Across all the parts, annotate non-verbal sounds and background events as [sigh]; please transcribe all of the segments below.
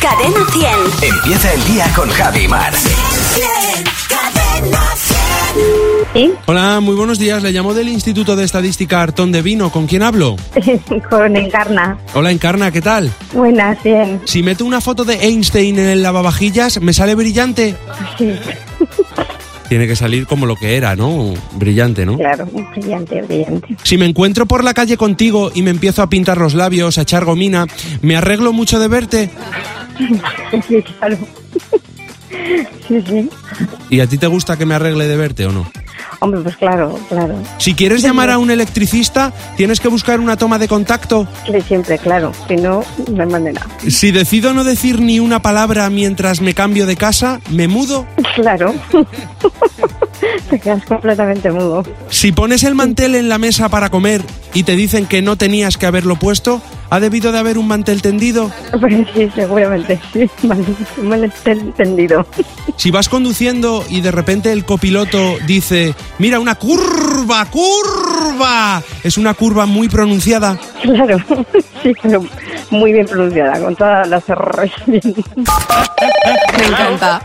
Cadena 100. Empieza el día con Javi Mar. Cadena 100. Sí, Hola, muy buenos días. Le llamo del Instituto de Estadística Artón de Vino. ¿Con quién hablo? [laughs] con Encarna. Hola, Encarna, ¿qué tal? Buenas, bien. Si meto una foto de Einstein en el lavavajillas, ¿me sale brillante? Sí, Tiene que salir como lo que era, ¿no? Brillante, ¿no? claro, brillante, brillante. Si me encuentro por la calle contigo y me empiezo a pintar los labios, a echar gomina, ¿me arreglo mucho de verte? Sí, claro. [laughs] Sí, sí. ¿Y a ti te gusta que me arregle de verte o no? Hombre, pues claro, claro. Si quieres llamar a un electricista, tienes que buscar una toma de contacto. Que siempre, claro. Si no, no hay manera. [laughs] Si decido no decir ni una palabra mientras me cambio de casa, ¿me mudo? Claro. [laughs] Te quedas completamente mudo. Si pones el mantel en la mesa para comer y te dicen que no tenías que haberlo puesto, ¿ha debido de haber un mantel tendido? Pero Pues sí, seguramente. Sí, [laughs] mal, mal entendido. Si vas conduciendo y de repente el copiloto dice, mira, una curva, curva, es una curva muy pronunciada. [laughs] Claro. [laughs] Sí, pero muy bien pronunciada, con todas las [laughs] errores bien. Me encanta.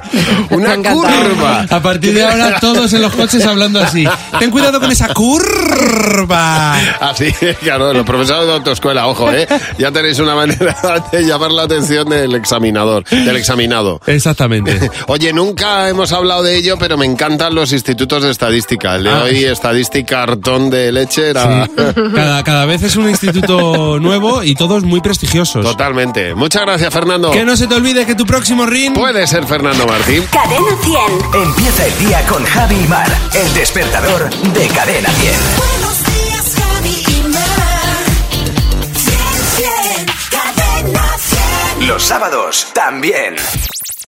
Me Una encanta. curva. A partir de ahora todos en los coches hablando así. Ten cuidado con esa curva. [laughs] Así, claro, los profesores de autoescuela, ojo, ¿eh? Ya tenéis una manera [laughs] de llamar la atención del examinador, del examinado. Exactamente. Oye, nunca hemos hablado de ello, pero me encantan los institutos de estadística. El de Ah. hoy, estadística cartón de leche, era Cada, cada vez es un instituto nuevo y todos muy prestigiosos. [laughs] totalmente. Muchas gracias, Fernando. Que no se te olvide que tu próximo ring... Puede ser Fernando Martín. Cadena 100. Empieza el día con Javi y Mar, el despertador de Cadena 10. Buenos días, Javi y Mar. 100, 100, Cadena 100. Los sábados también.